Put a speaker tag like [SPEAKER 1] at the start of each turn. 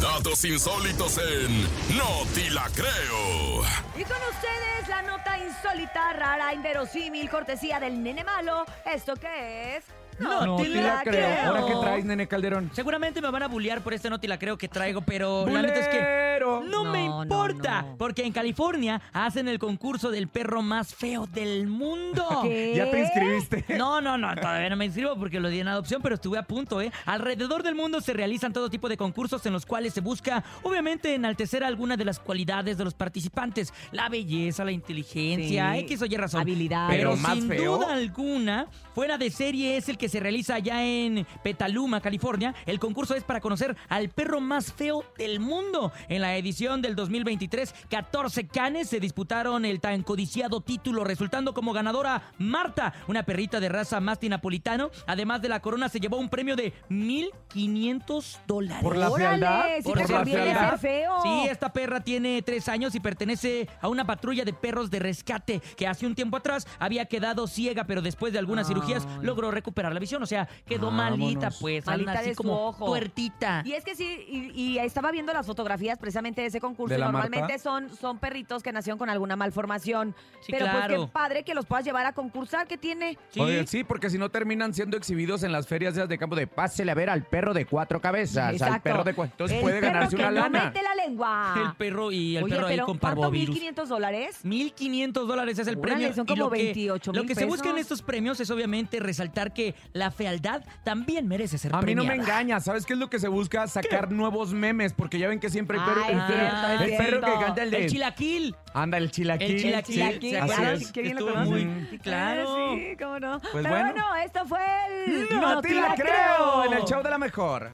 [SPEAKER 1] Datos insólitos en No Ti La Creo.
[SPEAKER 2] Y con ustedes la nota insólita, rara, inverosímil, cortesía del nene malo. ¿Esto qué es?
[SPEAKER 3] No,
[SPEAKER 4] No,
[SPEAKER 3] te, la, creo.
[SPEAKER 4] Ahora que traes, nene Calderón.
[SPEAKER 3] Seguramente me van a bullear por esta nota y la creo que traigo, pero la neta es que
[SPEAKER 4] Bulero.
[SPEAKER 3] no, me
[SPEAKER 2] No, no,
[SPEAKER 3] importa,
[SPEAKER 2] no.
[SPEAKER 3] porque en California hacen el concurso del perro más feo del mundo.
[SPEAKER 2] ¿Qué?
[SPEAKER 4] Ya te inscribiste.
[SPEAKER 3] No, no, no, todavía no me inscribo porque lo di en adopción, pero estuve a punto, ¿eh? Alrededor del mundo se realizan todo tipo de concursos en los cuales se busca, obviamente, enaltecer alguna de las cualidades de los participantes. La belleza, la inteligencia,
[SPEAKER 2] Sí.
[SPEAKER 3] X o Y razón.
[SPEAKER 2] Habilidades.
[SPEAKER 3] Pero,
[SPEAKER 4] Pero más
[SPEAKER 3] sin
[SPEAKER 4] feo.
[SPEAKER 3] duda alguna, fuera de serie es el que se realiza allá en Petaluma, California. El concurso es para conocer al perro más feo del mundo. En la edición del 2023, 14 canes se disputaron el tan codiciado título, resultando como ganadora Marta, una perrita de raza masti napolitano. Además de la corona, se llevó un premio de 1.500 dólares.
[SPEAKER 4] Por la fealdad,
[SPEAKER 2] Órale, si
[SPEAKER 4] por
[SPEAKER 2] te
[SPEAKER 4] la
[SPEAKER 2] conviene
[SPEAKER 4] fealdad.
[SPEAKER 2] ser feo.
[SPEAKER 3] Sí, esta perra tiene tres años y pertenece a una patrulla de perros de rescate que hace un tiempo atrás había quedado ciega, pero después de algunas
[SPEAKER 2] Ay.
[SPEAKER 3] cirugías logró recuperar la visión. O sea, quedó
[SPEAKER 4] Vámonos.
[SPEAKER 3] malita, pues. anda
[SPEAKER 2] Malita
[SPEAKER 3] así
[SPEAKER 2] de su
[SPEAKER 3] como
[SPEAKER 2] ojo.
[SPEAKER 3] tuertita.
[SPEAKER 2] Y es que sí, y, y estaba viendo las fotografías precisamente de ese concurso.
[SPEAKER 4] ¿De
[SPEAKER 2] y
[SPEAKER 4] la
[SPEAKER 2] normalmente
[SPEAKER 4] Marta?
[SPEAKER 2] son, son perritos que nacieron con alguna malformación.
[SPEAKER 3] Sí,
[SPEAKER 2] Pero pues
[SPEAKER 3] claro.
[SPEAKER 2] qué padre que los puedas llevar a concursar, que tiene.
[SPEAKER 3] Sí.
[SPEAKER 4] Oigan, sí, porque si no terminan siendo exhibidos en las ferias esas de campo de pásele a ver al perro de cuatro cabezas, al
[SPEAKER 2] Exacto.
[SPEAKER 4] perro de cuatro. Entonces
[SPEAKER 2] El
[SPEAKER 4] puede
[SPEAKER 2] perro
[SPEAKER 4] ganarse
[SPEAKER 2] que
[SPEAKER 4] una
[SPEAKER 2] no
[SPEAKER 4] lana.
[SPEAKER 2] mete la lengua.
[SPEAKER 3] El perro y el
[SPEAKER 2] ah. Oye,
[SPEAKER 3] perro ahí
[SPEAKER 2] pero
[SPEAKER 3] con
[SPEAKER 2] ¿cuánto?
[SPEAKER 3] parvovirus.
[SPEAKER 2] 1.500 dólares.
[SPEAKER 3] 1.500 dólares es el
[SPEAKER 2] Órale,
[SPEAKER 3] premio.
[SPEAKER 2] son
[SPEAKER 3] y lo
[SPEAKER 2] como
[SPEAKER 3] que-
[SPEAKER 2] 28,000
[SPEAKER 3] Lo que se busca en
[SPEAKER 2] pesos.
[SPEAKER 3] estos premios es obviamente resaltar que la fealdad también merece ser
[SPEAKER 4] A mí no me
[SPEAKER 3] premiada.
[SPEAKER 4] engaña, ¿sabes qué es lo que se busca? Sacar nuevos memes, porque ya ven que siempre el perro,
[SPEAKER 2] Ah,
[SPEAKER 4] el
[SPEAKER 2] es
[SPEAKER 4] perro-
[SPEAKER 2] cierto, es
[SPEAKER 4] el perro
[SPEAKER 2] cierto.
[SPEAKER 4] que canta el de...
[SPEAKER 3] El chilaquil.
[SPEAKER 4] Anda, el chilaquil.
[SPEAKER 3] El chilaquil.
[SPEAKER 2] chilaquil,
[SPEAKER 3] ¿Se
[SPEAKER 4] así
[SPEAKER 3] acuerdan?
[SPEAKER 4] es.
[SPEAKER 2] que bien lo
[SPEAKER 3] Estuvo
[SPEAKER 2] conoce.
[SPEAKER 3] muy-
[SPEAKER 2] Sí,
[SPEAKER 3] Claro.
[SPEAKER 2] Sí, cómo no.
[SPEAKER 4] Pues
[SPEAKER 2] Pero
[SPEAKER 4] bueno.
[SPEAKER 2] bueno, esto fue el.
[SPEAKER 4] No, te la creo. En el show de la mejor.